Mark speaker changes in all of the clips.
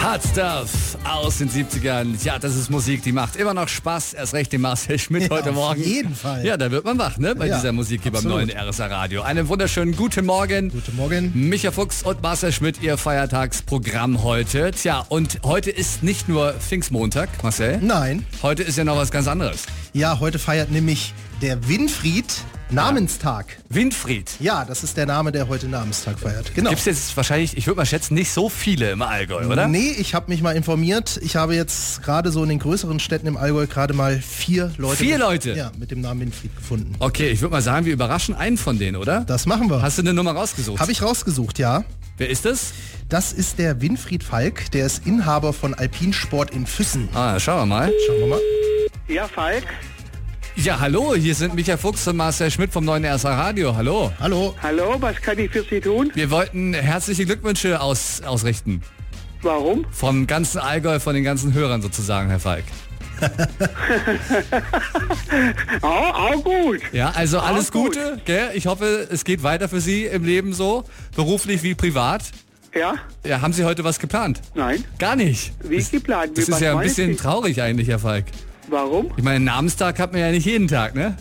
Speaker 1: Hard Stuff aus den 70ern. Ja, das ist Musik, die macht immer noch Spaß. Erst recht dem Marcel Schmidt
Speaker 2: Ja,
Speaker 1: heute
Speaker 2: auf
Speaker 1: Morgen.
Speaker 2: jeden Fall.
Speaker 1: Ja, da wird man wach, ne? Bei
Speaker 2: Ja,
Speaker 1: dieser Musik hier beim
Speaker 2: absolut.
Speaker 1: neuen RSA Radio. Einen wunderschönen guten Morgen.
Speaker 2: Guten Morgen.
Speaker 1: Micha Fuchs und Marcel Schmidt, ihr Feiertagsprogramm heute. Tja, und heute ist nicht nur Pfingstmontag, Marcel.
Speaker 2: Nein.
Speaker 1: Heute ist ja noch was ganz anderes.
Speaker 2: Ja, heute feiert nämlich der Winfried Namenstag.
Speaker 1: Winfried.
Speaker 2: Ja, das ist der Name, der heute Namenstag feiert. Genau.
Speaker 1: Gibt es jetzt wahrscheinlich, ich würde mal schätzen, nicht so viele im Allgäu, oder?
Speaker 2: Nee, ich habe mich mal informiert. Ich habe jetzt gerade so in den größeren Städten im Allgäu gerade mal vier Leute.
Speaker 1: Vier
Speaker 2: mit-
Speaker 1: Leute?
Speaker 2: Ja, mit dem Namen Winfried gefunden.
Speaker 1: Okay, ich würde mal sagen, wir überraschen einen von denen, oder?
Speaker 2: Das machen wir.
Speaker 1: Hast du eine Nummer rausgesucht?
Speaker 2: Habe ich rausgesucht, ja.
Speaker 1: Wer ist das?
Speaker 2: Das ist der Winfried Falk, der ist Inhaber von Alpinsport in Füssen.
Speaker 1: Ah, schauen wir mal.
Speaker 2: Schauen wir mal.
Speaker 3: Ja, Falk.
Speaker 1: Ja, hallo, hier sind Micha Fuchs und Marcel Schmidt vom neuen RSA Radio. Hallo.
Speaker 2: Hallo.
Speaker 3: Hallo, was kann ich für Sie tun?
Speaker 1: Wir wollten herzliche Glückwünsche aus, ausrichten.
Speaker 3: Warum?
Speaker 1: Vom ganzen Allgäu, von den ganzen Hörern sozusagen, Herr Falk.
Speaker 3: Auch, Ah, auch gut.
Speaker 1: Ja, also alles
Speaker 3: gut.
Speaker 1: Gute, gell? Ich hoffe, es geht weiter für Sie im Leben so, beruflich wie privat.
Speaker 3: Ja?
Speaker 1: Ja, haben Sie heute was geplant?
Speaker 3: Nein?
Speaker 1: Gar nicht.
Speaker 3: Wie geplant?
Speaker 1: Das
Speaker 3: Was
Speaker 1: ist ja ein
Speaker 3: meinen
Speaker 1: bisschen
Speaker 3: Sie?
Speaker 1: traurig eigentlich, Herr Falk.
Speaker 3: Warum?
Speaker 1: Ich meine, Namenstag hat man ja nicht jeden Tag, ne?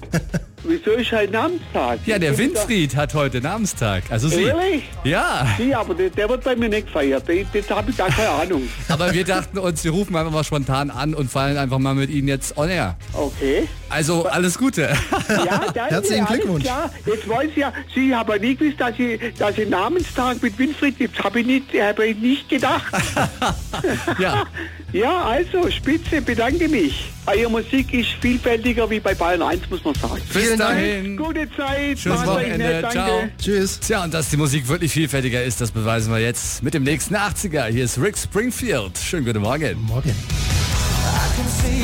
Speaker 3: Wieso ist halt Namenstag?
Speaker 1: Ja, der
Speaker 3: Ich bin
Speaker 1: Winfried hat heute Namenstag. Also
Speaker 3: Da,
Speaker 1: Sie.
Speaker 3: ehrlich?
Speaker 1: Ja.
Speaker 3: Ja, aber der, der wird bei mir nicht gefeiert. Den, den habe ich gar keine Ahnung.
Speaker 1: Aber wir dachten uns, wir rufen einfach mal spontan an und fallen einfach mal mit Ihnen jetzt on air.
Speaker 3: Okay.
Speaker 1: Also alles Gute.
Speaker 3: Ja, danke.
Speaker 2: Herzlichen
Speaker 3: alles
Speaker 2: Glückwunsch.
Speaker 3: Klar. Jetzt weiß ich ja, Sie haben ja nie gewusst, dass ich, dass ich Namenstag mit Winfried gibt. Habe ich nicht, habe ich nicht gedacht.
Speaker 1: ja.
Speaker 3: Ja, also, Spitze, bedanke mich. Eure Musik ist vielfältiger wie bei Bayern 1, muss man sagen.
Speaker 1: Bis
Speaker 2: Vielen Dank.
Speaker 1: dahin.
Speaker 3: Gute Zeit.
Speaker 1: Schönes
Speaker 3: macht's euch
Speaker 1: Wochenende.
Speaker 3: nett, danke.
Speaker 1: Ciao.
Speaker 2: Tschüss.
Speaker 1: Tja, und dass die Musik wirklich vielfältiger ist, das beweisen wir jetzt mit dem nächsten 80er. Hier ist Rick Springfield. Schönen guten Morgen.
Speaker 2: Morgen.
Speaker 4: I can see